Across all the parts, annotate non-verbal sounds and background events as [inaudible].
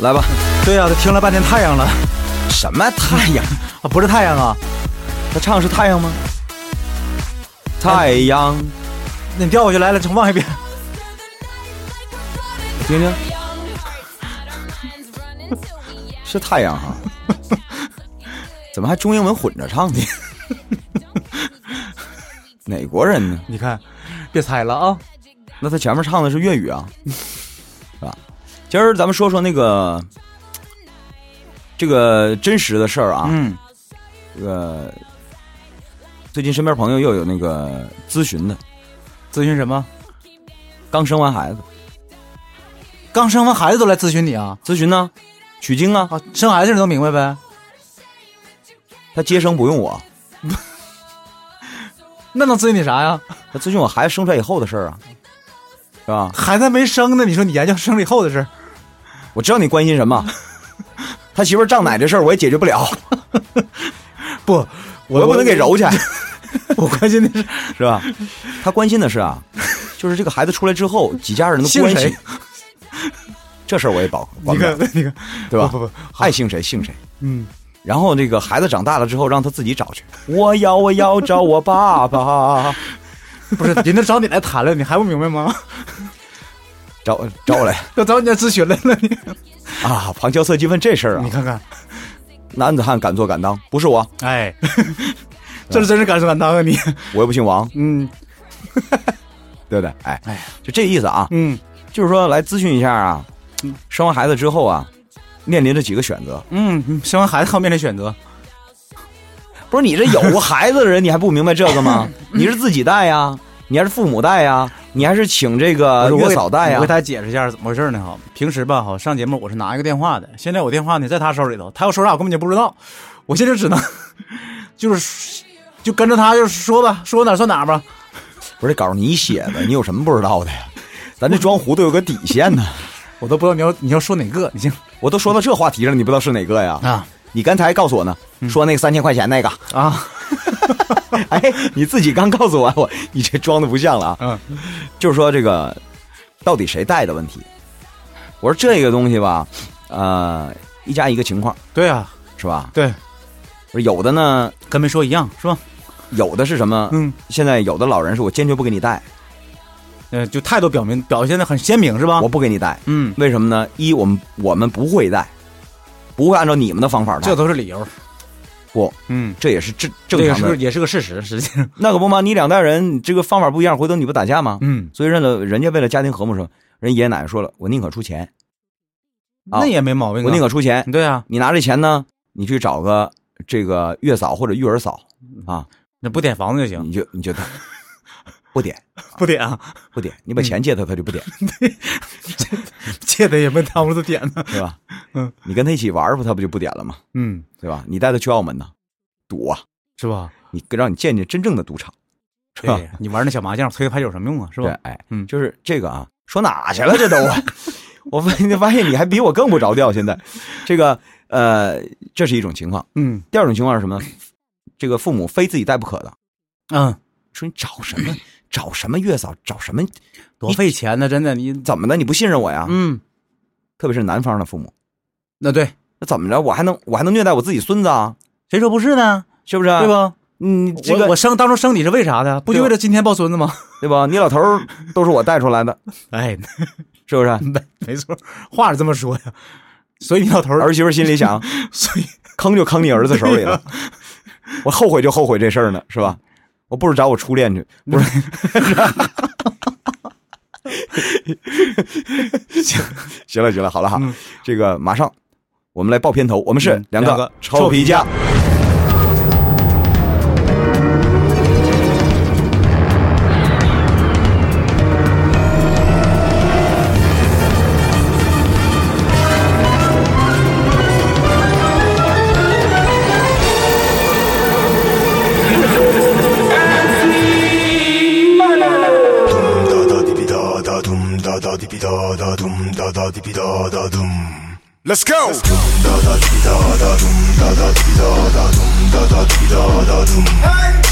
来吧，对呀、他听了半天太阳了什么太阳？ [laughs] 啊，不是太阳啊，他唱的是太阳吗？太阳，你掉下来了，重放一遍。听听，是太阳 [laughs] 哈。怎么还中英文混着 [laughs] 唱呢？哪国人呢？你看，别猜了啊，那他前面唱的是粤语啊， [laughs] 是吧？今儿咱们说说那个这个真实的事儿啊，嗯，这个最近身边朋友又有那个咨询的，咨询什么？刚生完孩子，刚生完孩子都来咨询你啊？咨询呢，取经啊，啊，生孩子你都明白呗？他接生不用我，那能咨询你啥呀？他咨询我孩子生出来以后的事儿啊，是吧？孩子还没生呢，你说你研究生了以后的事 [laughs] 儿，我知道你关心什 [laughs] 么，他媳妇儿胀奶这事儿我也解决不了，不，我又不能给揉去。我关心的是是吧？他关心的是啊，就是这个孩子出来之后，几家人的姓关谁系，这事儿我也保管你不了看，，你看，对吧？不不不，爱姓谁姓谁。嗯，然后这个孩子长大了之后，让他自己找去。我要我要找我爸爸， [laughs] 不是，人家找你来谈了，你还不明白吗？ [laughs] 找找我来要找你来咨询来了，你啊！旁敲侧击问这事儿啊你，看看，男子汉敢做敢当，不是我，哎， [laughs] 这是真是敢说敢当啊你，我又不姓王，嗯对不对？哎哎呀，就这意思啊，嗯就是说来咨询一下啊，生完孩子之后啊，面临着几个选择。嗯，生完孩子后面临选择，不是你这有过孩子的人，你还不明白这个 [laughs] 吗？你是自己带呀，你还是父母带呀，你还是请这个我月给嫂带我呀给？大家解释一下是怎么回事呢哈。平时吧哈，上节目我是拿一个电话的，现在我电话呢在他手里头，他要说啥我根本就不知道，我现在就只能就是就跟着他就说吧，说哪儿算哪儿吧。不是这稿儿你写的，你有什么不知道的呀？咱这装糊涂有个底线呢。我都不知道你要你要说哪个，你先我都说到这话题上，你不知道是哪个呀？啊嗯你刚才告诉我呢，说那个三千块钱那个，啊， [laughs] 哎，你自己刚告诉我，我你这装的不像了啊。嗯就是说这个到底谁带的问题。我说这个东西吧，呃，一家一个情况对啊是吧？对，我说有的呢，跟没说一样是吧？有的是什么？嗯，现在有的老人是我坚决不给你带，呃，就态度表明表现的很鲜明是吧我？不给你带，嗯，为什么呢？一，我们我们不会带，不会按照你们的方法带，这这都是理由。不，嗯，这也是正这正个常是的。个也是个事实，实际上，那可不嘛，你两代人这个方法不一样，回头你不打架吗？嗯，所以认了，人家为了家庭和睦说，人爷爷奶奶说了，我宁可出钱，啊那也没毛病、啊。我宁可出钱，对啊，你拿这钱呢，你去找个这个月嫂或者育儿嫂啊，那不点房子就行，你就你就带， [laughs] 不点不点啊，不点，你把钱借他，他就不点，借的也没耽误他点呢。对吧？ [laughs] 嗯，你跟他一起玩儿不，他不就不点了吗？嗯，对吧？你带他去澳门呢，赌啊，是吧？你让你见见真正的赌场，是吧对？，你玩那小麻将、推牌有什么用啊？是对吧？，哎，嗯就是这个啊，说哪去了？这都啊， [laughs] 我发现发现你还比我更不着调。现在，这个呃，这是一种情况。嗯第二种情况是什么呢？这个父母非自己带不可的，嗯，说你找什 [laughs] 么找什么月嫂，找什么多费钱呢，真的你。怎么的？你不信任我呀？嗯，特别是南方的父母，那对，那怎么着？我还能我还能虐待我自己孙子啊？谁说不是呢？是不是？对？吧？你这个啊我我生当初生你是为啥的？不就为了今天抱孙子吗？对吧？你老头儿都是我带出来的， [laughs] 哎，是啊 [laughs] 不是？没没错，话是这么说呀。所以你老头儿，儿媳妇心里想，所以坑就坑你儿子手里了。我后悔就后悔这事儿呢，是吧？我不如找我初恋去，不是？ [laughs] 行了行了，好了哈，这个马上我们来报片头，我们是嗯两两个个臭皮匠。 Dum da da di bi da da dum da da di bi da da dum da da di bi da da dum. Let's go. Dum da da di bi da da dum da da di bi da da dum da da di bi da da dum.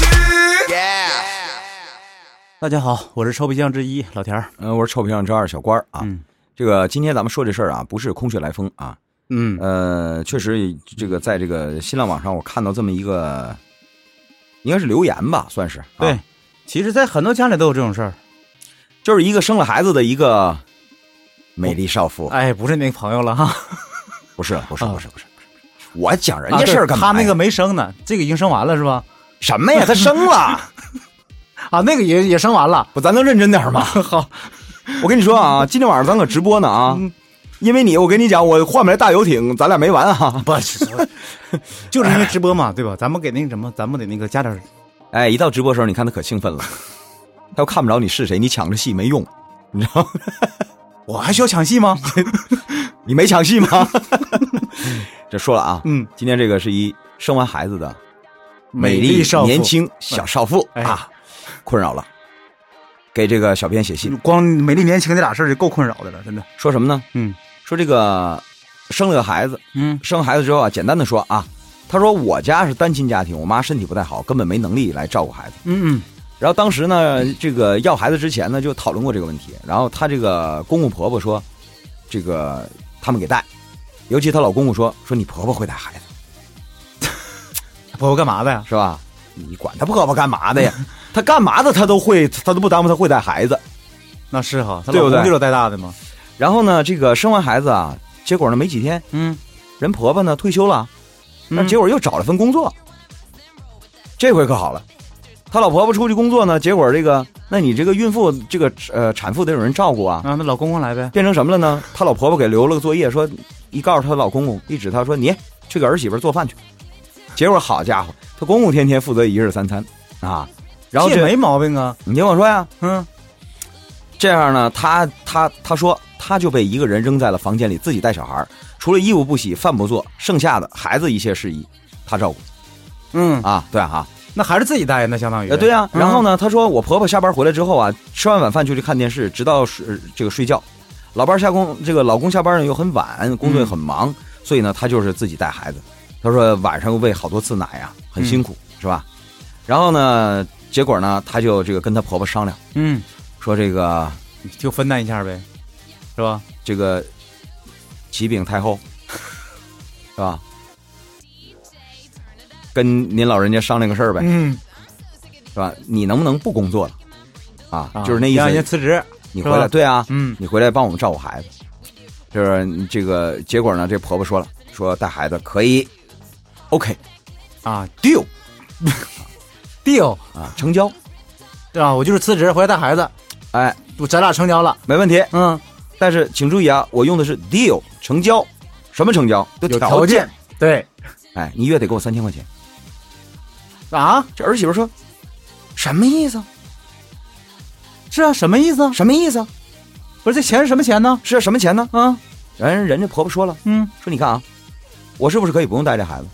[laughs] 大家好，我是臭皮匠之一老田儿。呃嗯、我是臭皮匠之二小官儿啊。嗯这个今天咱们说这事儿啊，不是空穴来风啊。嗯呃，确实，这个在这个新浪网上，我看到这么一个，应该是留言吧，算是、啊、对，其实，在很多家里都有这种事儿。就是一个生了孩子的一个美丽少妇，哎，不是那个朋友了 [laughs] 哈，不是，不是，啊不是，不是，不是，我讲人家事儿干嘛啊呀、对他那个没生呢，这个已经生完了是吧？什么呀？他生了，啊，那个也也生完了。不，咱能认真点儿吗？ [laughs] 好，我跟你说啊，今天晚上咱可直播呢啊，嗯因为你，我跟你讲，我换不来大游艇，咱俩没完啊！不， [laughs] 就是因为直播嘛，对吧？咱们给那个什么，咱们得那个加点儿哎，一到直播的时候，你看他可兴奋了，他又看不着你是谁，你抢着戏没用，你知道吗？我还需要抢 [laughs] 戏吗？你没抢戏吗？ [laughs] 这说了啊，嗯，今天这个是一生完孩子的美丽丽少妇年轻小少妇、哎啊，困扰了，给这个小编写信光美丽年轻这俩事儿就够困扰的了，真的。说什么呢？嗯说这个生了个孩子，嗯生孩子之后啊，简单的说啊，他说我家是单亲家庭，我妈身体不太好，根本没能力来照顾孩子。嗯嗯，然后当时呢，这个要孩子之前呢，就讨论过这个问题。然后她这个公公婆婆说，这个他们给带，尤其她老公公说说你婆婆会带孩子婆婆干嘛的呀？是吧？你管她婆婆干嘛的呀？ [laughs] 她干嘛的她都会，她都不耽误她会带孩子。那是哈，她对老不对公就是带大的嘛。然后呢，这个生完孩子啊，结果呢没几天，嗯，人婆婆呢退休了，但嗯结果又找了份工作。这回可好了，她老婆婆出去工作呢，结果这个，那你这个孕妇这个呃产妇得有人照顾啊，啊，那老公公来呗。变成什么了呢？她老婆婆给留了个作业，说一告诉她老公公，一指她说你去给儿媳妇做饭去。结果好家伙，她公公天天负责一日三餐啊，然后这这没毛病啊。你听我说呀，嗯，这样呢，她她她说她就被一个人扔在了房间里，自己带小孩儿，除了衣服不洗、饭不做，剩下的孩子一切事宜她照顾嗯，啊，对啊。那还是自己带，那相当于。呃，对呀、嗯然后？呢，她说我婆婆下班回来之后啊，吃完晚饭就去看电视，直到睡呃这个睡觉。老伴儿下工，这个老公下班呢又很晚，工作也很忙，所以呢，她就是自己带孩子。她说晚上喂好多次奶呀、很辛苦，是吧？然后呢，结果呢，她就这个跟她婆婆商量，嗯，说这个就分担一下呗，是吧？这个启禀太后， [laughs] 是吧？跟您老人家商量个事儿呗，嗯，是吧？你能不能不工作了？啊，啊就是那意让人家思，辞职。你是回来吧对啊，嗯你回来帮我们照顾孩子。就是你这个结果呢，这婆婆说了，说带孩子可以，OK 啊 [laughs] deal ，deal 啊，成交，啊，我就是辞职回来带孩子，哎，我咱俩成交了。没问题。嗯，但是请注意啊，我用的是 deal 成交，什么成交？有有条件。对哎，你月得给我三千块钱。啊，这儿媳妇说，什么意思？是啊，什么意思啊？什么意思？不是这钱是什么钱呢？是什么钱呢？啊，人人家婆婆说了，嗯说你看啊，我是不是可以不用带这孩子？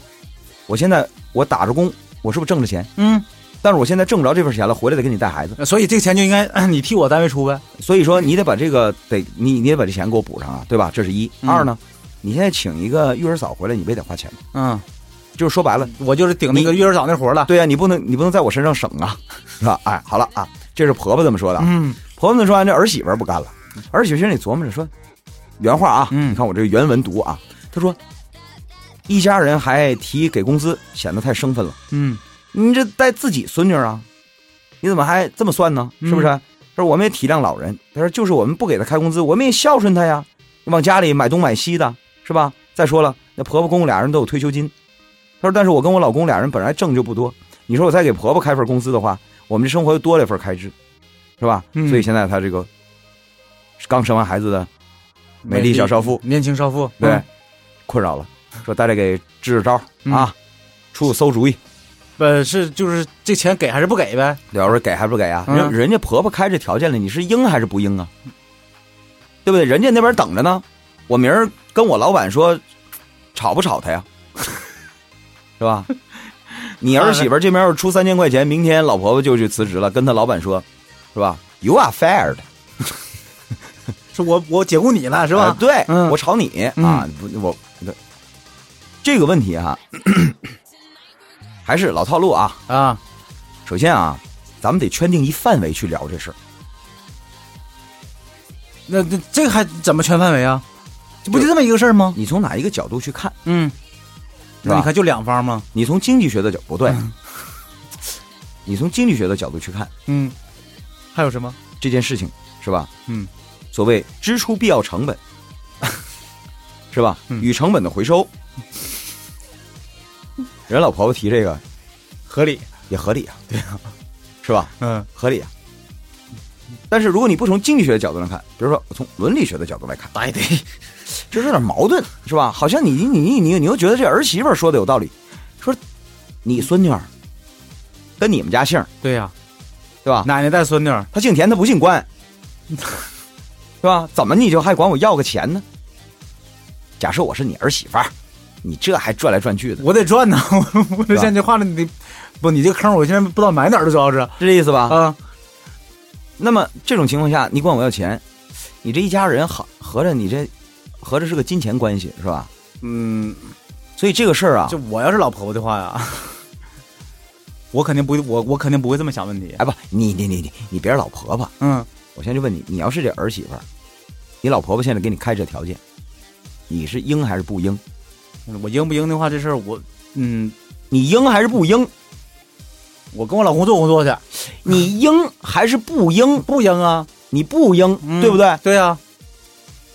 我现在我打着工，我是不是挣着钱？嗯，但是我现在挣不着这份钱了，回来得给你带孩子。所以这个钱就应该 [clears throat] 呃你替我单位出呗。所以说你得把这个得你你得把这钱给我补上啊，对吧？这是一、嗯二呢，你现在请一个育儿嫂回来，你不也得花钱吗？嗯，就是说白了，我就是顶那个育儿嫂那活儿了。对啊呀、你不能你不能在我身上省啊，是吧？哎，好了啊，这是婆婆这么说的啊。嗯婆婆们说完，这儿媳妇儿不干了，儿媳妇心里琢磨着说，原话啊，嗯你看我这个原文读啊，她说，一家人还提给工资，显得太生分了。嗯你这带自己孙女儿啊，你怎么还这么算呢？嗯是不是？他说我们也体谅老人，他说就是我们不给他开工资，我们也孝顺他呀，往家里买东买西的，是吧？再说了，那婆婆公公俩人都有退休金，他说但是我跟我老公俩人本来挣就不多，你说我再给婆婆开份工资的话，我们这生活又多了一份开支，是吧？嗯所以现在她这个刚生完孩子的美丽小少妇，年轻少妇，对、嗯困扰了，说大家给支支招儿、啊，出馊主意。呃是就是这钱给还是不给呗？对，我说给还不给啊？嗯人、人家婆婆开这条件了，你是应还是不应啊？对不对？人家那边等着呢，我明儿跟我老板说，吵不吵他呀？ [laughs] 是吧？你儿媳妇儿这边要是出三千块钱，明天老婆婆就去辞职了，跟她老板说，是吧？You are fired，是我我解雇你了是是吧？哎对，嗯我炒你啊！不，我这个问题哈、 [coughs] 还是老套路啊。啊，首先啊，咱们得圈定一范围去聊这事儿。那这这个还怎么全范围啊？这不就这么一个事儿吗？你从哪一个角度去看？嗯，是那吧你看就两方嘛。你从经济学的角不对， [laughs] 你从经济学的角度去看嗯，还有什么？这件事情，是吧？嗯，所谓支出必要 [laughs] 成本，是吧？嗯与成本的回 [laughs] 收，人老婆婆提这个合理。也合理啊，对啊，是吧？嗯合理啊。但是如果你不从经济学的角度来看，比如说我从伦理学的角度来看，哎对， [laughs] 就是有点矛盾，是吧？好像你你你你你又觉得这儿媳妇儿说的有道理，说你孙女儿跟你们家姓儿，对呀、对吧？奶奶带孙女儿，她姓田，她不姓关，是吧？怎么你就还管我要个钱呢？假设我是你儿媳妇儿，你这还转来转去的，我得赚呐！ [laughs] 我我这现在这话了，你得不？你这坑我现在不知道埋哪儿了，主要是啊是这意思吧？那么这种情况下，你管我要钱，你这一家人合合着你这合着是个金钱关系是吧？嗯，所以这个事儿啊就，我要是老婆婆的话呀，我肯定不会，我我肯定不会这么想问题。哎不，你你你你你别是老婆婆，嗯，我现在就问你，你要是这儿媳妇儿，你老婆婆现在给你开这条件，你是应还是不应？嗯我应不应的话，这事儿我嗯，你应还是不应？我跟我老公做工作去，你应还是不应？ [laughs] 不应啊，你不应，嗯对不对？对呀、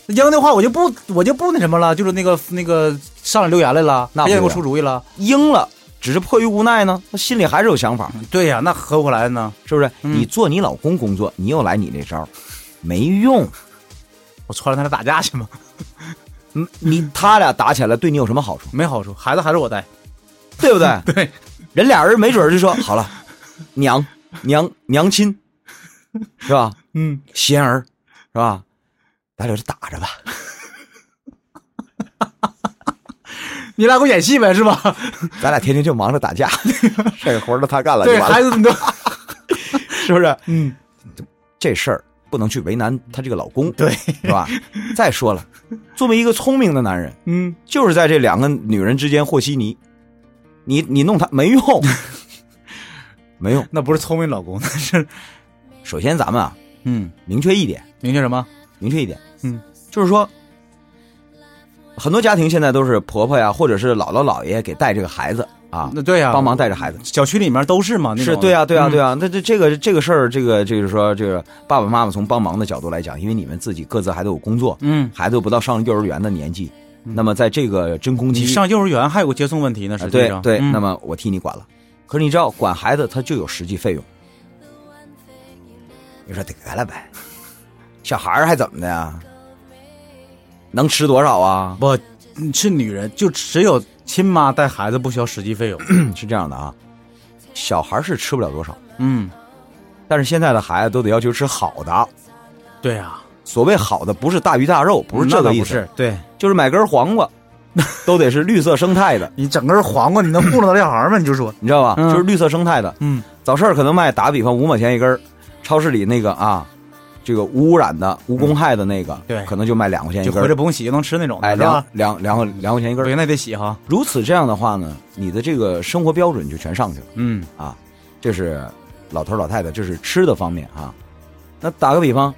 应的话，我就不我就不那什么了，就是那个那个上来留言来了，那他不也给我一样出主意了。应了，只是迫于无奈呢，他心里还是有想法，对呀、那合不合来呢？是不是？嗯你做你老公工作，你又来你这招儿，没用。我穿着他俩打架去嘛，嗯，你他俩打起来对你有什么好 [laughs] 处？没好处，孩子还是我带。对不对？对，人俩人没准儿就说 [laughs] 好了，娘娘娘亲，是吧？嗯，贤儿，是吧？咱俩就打着吧。你俩给我演戏呗，是吧？咱俩天天就忙着打 [laughs] 架，这个活儿都他干了，对，就完了孩子 [laughs] 你都是不是？嗯。这事儿不能去为难她这个老公，对，是吧？再说了，作为一个聪明的男人，嗯，就是在这两个女人之间和稀泥，你你弄他 [laughs] 没用，没用。那不是聪明老公，那是首先，咱们啊，嗯，明确一点，明确什么？明确一点，嗯，就是说，很多家庭现在都是婆婆呀，或者是姥姥姥爷给带这个孩子啊，那对呀、帮忙带着孩子。小区里面都是嘛，那嗯是对呀、对呀、对呀、呀、那这这个这个事儿，这个就是说，这个爸爸妈妈从帮忙的角度来讲，因为你们自己各自还都有工作，嗯，孩子又不到上幼儿园的年纪，那么在这个真空期你，上幼儿园还有个接送问题呢，啊实际对上对，嗯那么我替你管了。可是你知道，管孩子他就有实际费用。你说得了呗，小孩儿还怎么的呀？能吃多少啊？不嗯是女人，就只有亲妈带孩子不需要实际费用。是这样的啊，小孩是吃不了多少，嗯，但是现在的孩子都得要求吃好的。对呀、所谓好的，不是大鱼大肉，不是那这倒个意不思，是。对就是买根黄瓜， [laughs] 都得是绿色生态的，你整根黄瓜，你能糊弄到小孩吗？你就说，你知道吧？嗯就是绿色生态的。嗯，早市儿可能卖打比方五毛钱一根儿，超市里那个啊，这个无污染的、无公害的那个，嗯对可能就卖两块钱一哎就根回来儿。不用洗就能吃那种的，哎，是吧两？两两块两块钱一根对，儿。那得洗哈。如此这样的话呢，你的这个生活标准就全上去了。嗯，啊，这是老头儿老太太，这是吃的方面啊。那打个比方，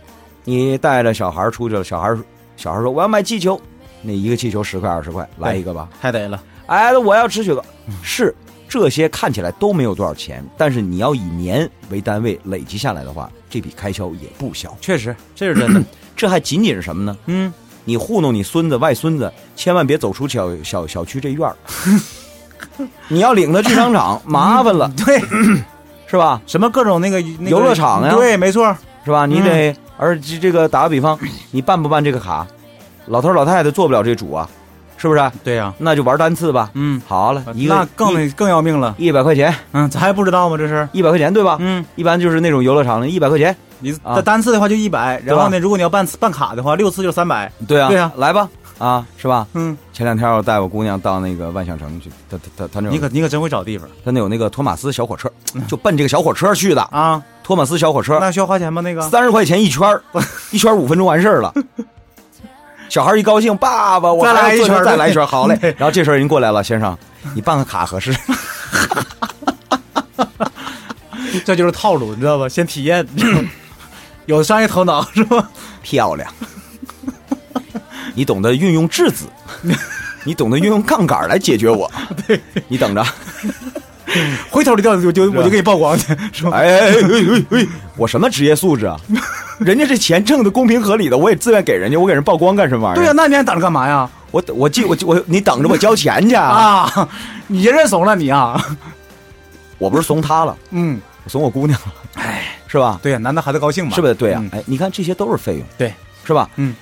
你带着小孩儿出去了，小孩儿小孩儿说我要买气球，那一个气球十块二十块，来一个吧。太得了。哎，那我要吃雪糕。是这些看起来都没有多少钱，但是你要以年为单位累积下来的话，这笔开销也不小。确实，这是真的。这还仅仅是什么呢？嗯，你糊弄你孙子、外孙子，千万别走出小小小区这院儿。 [laughs] 你要领他去商场，麻烦了，对，是吧？什么各种那个那个游乐场呀对，没错。是吧？你得，嗯而这这个打个比方，你办不办这个卡，老头儿老太太做不了这主啊，是不是？对呀、那就玩单次吧。嗯，好了，一那个更更要命了。一百块钱，嗯，咱还不知道吗？这是。一百块钱对吧？嗯，一般就是那种游乐场的，一百块钱。你啊单单次的话就一百，然后对呢，如果你要办次办卡的话，六次就三百。对啊，对啊来吧，啊，是吧？嗯，前两天我带我姑娘到那个万象城去，她她她她那你有可你可真会找地方她那有那个托马斯小火车，就奔这个小火车去的。啊！托马斯小火车那需要花钱吗？那个三十块钱一圈儿一圈五分钟完事儿了。小孩儿一高兴，爸爸，我再来还要一坐圈儿再来一圈儿， [laughs] 好嘞。然后这时候人过来了，先生，你办个卡合适？ [laughs] [clears throat] 这就是套路，你知道吧？先体验，有商业头脑是吧？漂亮。你懂得运用质子，你懂得运用杠杆来解决 [laughs] 我。你等着，回头离掉就就我就给你曝光去，是吧？哎哎哎哎哎哎，我什么职业素质啊？人家这钱挣的公平合理的，我也自愿给人家，我给人曝光干什么玩意儿？对啊呀、那你还等着干嘛呀？我我记我我你等着我交钱去啊！啊，你也认怂了你啊？我不是怂他了，嗯，我怂我姑娘了，哎，是吧？对呀、男的孩子高兴嘛，是不是？对呀、嗯哎，你看这些都是费用，对，是吧？嗯，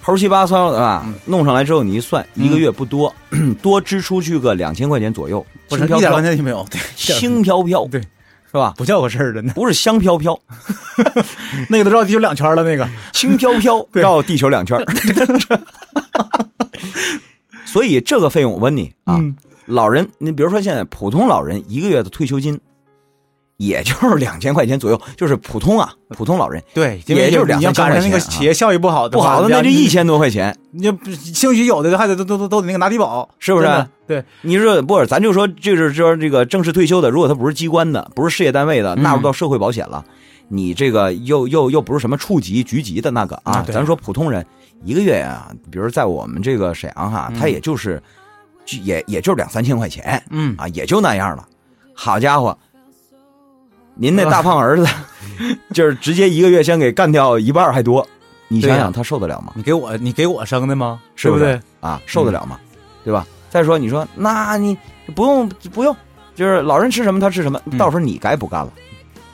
猴七八糟的啊，弄上来之后你一算，一个月不多， [clears throat] 多支出去个两千块钱左右，嗯不是轻一飘飘点问，题也没有，对，轻飘飘，对，是吧？不叫个事儿，真的。不是香飘飘， [laughs] 那个都绕地球两圈了，那个轻飘飘 [laughs] 对绕地球两 [laughs] 圈儿。所以这个费用，我问你啊，嗯老人，你比如说现在普通老人一个月的退休金，也就是两千块钱左右，就是普通啊，普通老人对，也就是你要2000赶上那个块钱啊企业效益不好的不话，好的那人就家一，千多块钱，你就兴许有的还得都都都都得那个拿低保，是不是真的？对，你说不是？咱就说，就是说这个正式退休的，如果他不是机关的，不是事业单位的，嗯纳入到社会保险了，你这个又又又不是什么处级、局级的那个啊啊，对咱说普通人一个月啊，比如在我们这个沈阳哈，他也就是，就也也就是两三千块钱嗯，啊，也就那样了。好家伙，您那大胖儿子， [laughs] 就是直接一个月先给干掉一半儿还多，你想对呀想他受得了吗？你给我你给我生的吗？是不不是对？啊，受嗯得了吗？对吧？再说你说，那你不用不用，就是老人吃什么他吃什么，嗯到时候你该不干了，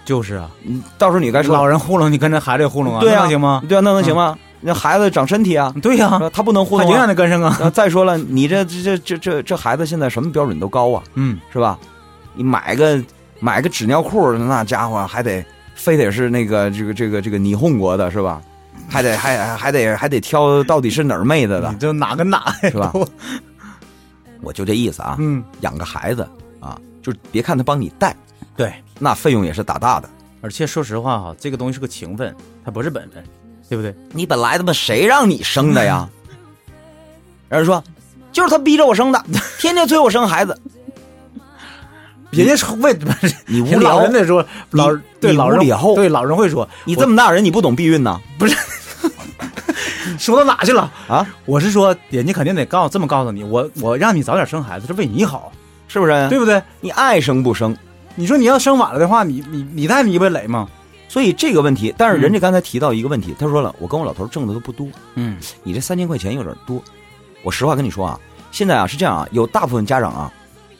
就是啊，你到时候你该说老嗯人糊弄你跟着孩子也糊弄啊，对那啊能行吗？对啊，那能行吗？那孩子长身体啊，对呀，他不能糊 [laughs] 他弄永远啊。得跟上嗯啊，那再说了，你这这这这这这孩子现在什么标准都高啊，嗯，是吧？你买个买个纸尿裤，那家伙还得非得是那个这个这个这个霓虹国的是吧？还得还还得还得挑到底是哪儿妹子的你，这哪跟哪呀是吧都我就这意思啊。嗯，养个孩子啊，就是别看他帮你带，对，那费用也是打大的。而且说实话哈，这个东西是个情分，它不是本分，对不对？你本来他妈谁让你生的呀？人家说，就是他逼着我生的，天天催我生孩子。人家 [laughs] 为不是你无聊老人得说老你对你老人无聊对老人会说，你这么大人，你不懂避孕呐？我说到哪去了？啊，我是说，人家肯定得告这么告诉你，我我让你早点生孩子是为你好，是不是？对不对？你爱生不生？你说你要生晚了的话，你你你带你不累吗？所以这个问题，但是人家刚才提到一个问题，他说了，我跟我老头挣的都不多，嗯你这三千块钱有点多。我实话跟你说啊，现在啊是这样啊，有大部分家长啊，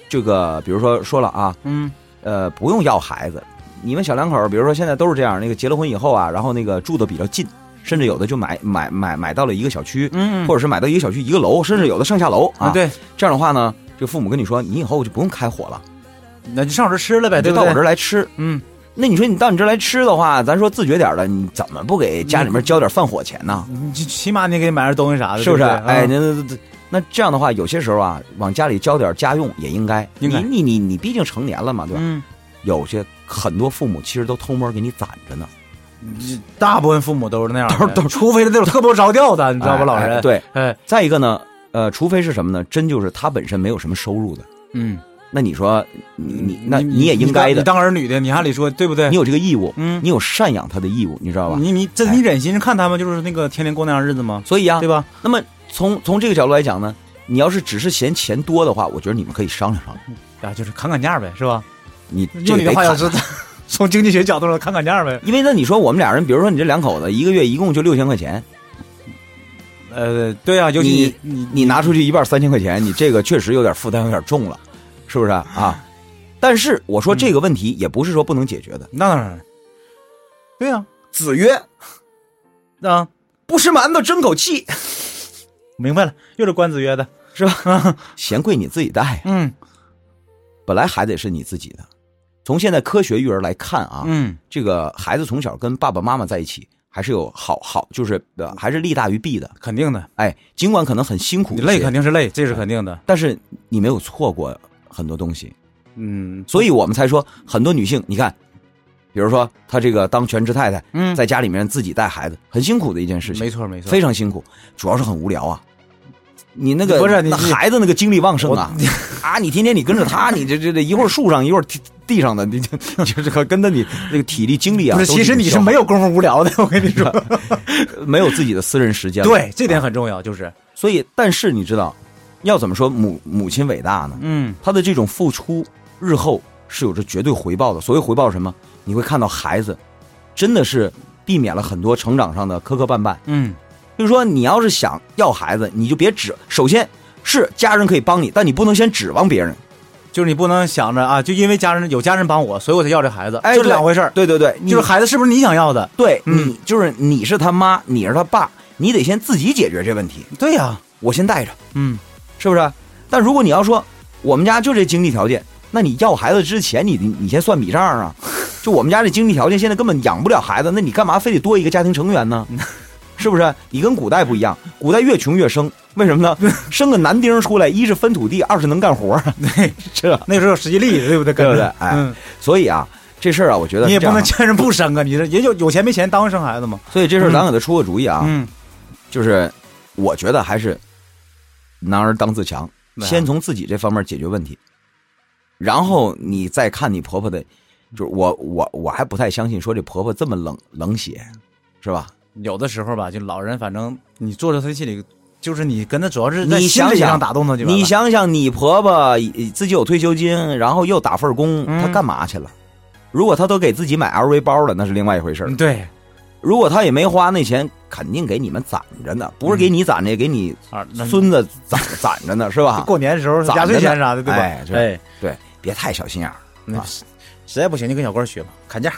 这个比如说说了啊，嗯呃，不用要孩子。你们小两口儿，比如说现在都是这样，那个结了婚以后啊，然后那个住的比较近，甚至有的就买买买买到了一个小区，嗯或者是买到一个小区一个楼，甚至有的上下楼啊。啊，，对，这样的话呢，这父母跟你说，你以后就不用开火了，那就上我这吃了呗，你对就不到对？我这儿来吃。嗯，那你说你到你这儿来吃的话，咱说自觉点儿的，你怎么不给家里面交点饭火钱呢？你起起码你给买点东西啥的，是不是？对嗯对啊哎，那那那那这样的话，有些时候啊，往家里交点家用也应该。应该你你你你毕竟成年了嘛，对吧？嗯，有些很多父母其实都偷摸给你攒着呢。大部分父母都是那样的，都是都是除非是那种特不着调的，你知道吧？哎老人哎，对，哎，再一个呢，呃，除非是什么呢？真就是他本身没有什么收入的，嗯，那你说你你那你你也应该你的，当儿女的，你按理说对不对？你有这个义务，嗯你有啊赡养他的义务，你知道吧？你你这你忍心看他们就是那个天天过那样日子吗？所以啊对，吧？那么从从这个角度来讲呢，你要是只是嫌钱多的话，我觉得你们可以商量商量。啊，就是砍砍价呗，是吧？你这个用你的得话要看，是 [laughs] 从经济学角度上砍砍价呗。因为那你说我们俩人，比如说你这两口子一个月一共就六千块钱，呃，对啊，尤其你你你拿出去一半三千块钱，你这个确实有点负担有点重了，是不是啊？但是我说嗯这个问题也不是说不能解决的。那当然，对呀、子曰啊，：“不吃馒头争口气。”明白了，又是关子曰的，是吧？嫌贵你自己带呀，嗯本来孩子也是你自己的。从现在科学育儿来看啊，嗯，这个孩子从小跟爸爸妈妈在一起，还是有好好，就是呃还是利大于弊的。肯定的，哎，尽管可能很辛苦一你些，累肯定是累，这是肯定的，但是你没有错过很多东西，嗯所以我们才说很多女性，你看，比如说她这个当全职太太，嗯，在家里面自己带孩子，很辛苦的一件事情没，错没错，非常辛苦，主要是很无聊啊。你那个不是你那你孩子那个精力旺盛我啊，啊，你天天你跟着他，你这这这一会儿树上一会儿地上的，你就就是可跟着你这个体力精力啊，不是，都其实你消是耗没有功夫无聊的，我跟你说。 [laughs] 没有自己的私人时间了。对，这点很重要，就是，所以但是你知道，要怎么说母母亲伟大呢？嗯，她的这种付出，日后是有着绝对回报的。所谓回报是什么？你会看到孩子真的是避免了很多成长上的磕磕绊绊。嗯，就是说，你要是想要孩子，你就别指，首先是家人可以帮你，但你不能先指望别人。就是你不能想着啊，就因为家人有家人帮我，所以我才要这孩子，哎这对两回事儿。对对对，你就是孩子是不是你想要的？对、嗯你就是你是他妈，你是他爸，你得先自己解决这问题。对呀、我先带着，嗯，是不是？但如果你要说我们家就这经济条件，那你要孩子之前你，你你先算笔账啊。就我们家这经济条件，现在根本养不了孩子，那你干嘛非得多一个家庭成员呢？是不是？你跟古代不一样，古代越穷越生，为什么呢？生个男丁出来，一是分土地，二是能干活。对，这，那时候有实际利益，对不对？跟对不对着哎嗯，所以啊，这事儿啊，我觉得你也是这样不能的，见人不生啊，你这也有有钱没钱当生孩子嘛。所以这事儿咱给他出个主意啊，嗯，就是我觉得还是男儿当自强，对啊先从自己这方面解决问题，然后你再看你婆婆的，就是我我我还不太相信说这婆婆这么冷冷血，是吧？有的时候吧，就老人，反正你做到他心里，就是你跟他主要是在你心想理上想打动他就完了你想想，你婆婆以自己有退休金，然后又打份工，嗯她干嘛去了？如果她都给自己买 LV 包了，那是另外一回事儿嗯。对如果她也没花那钱，肯定给你们攒着呢，不是给你攒着，也给你啊，那孙子攒攒着呢，是吧？ [laughs] 过年的时候攒着压呢岁钱啥的，对吧？哎就是哎，对，别太小心眼儿。那啊实在不行就跟小官学吧，砍价。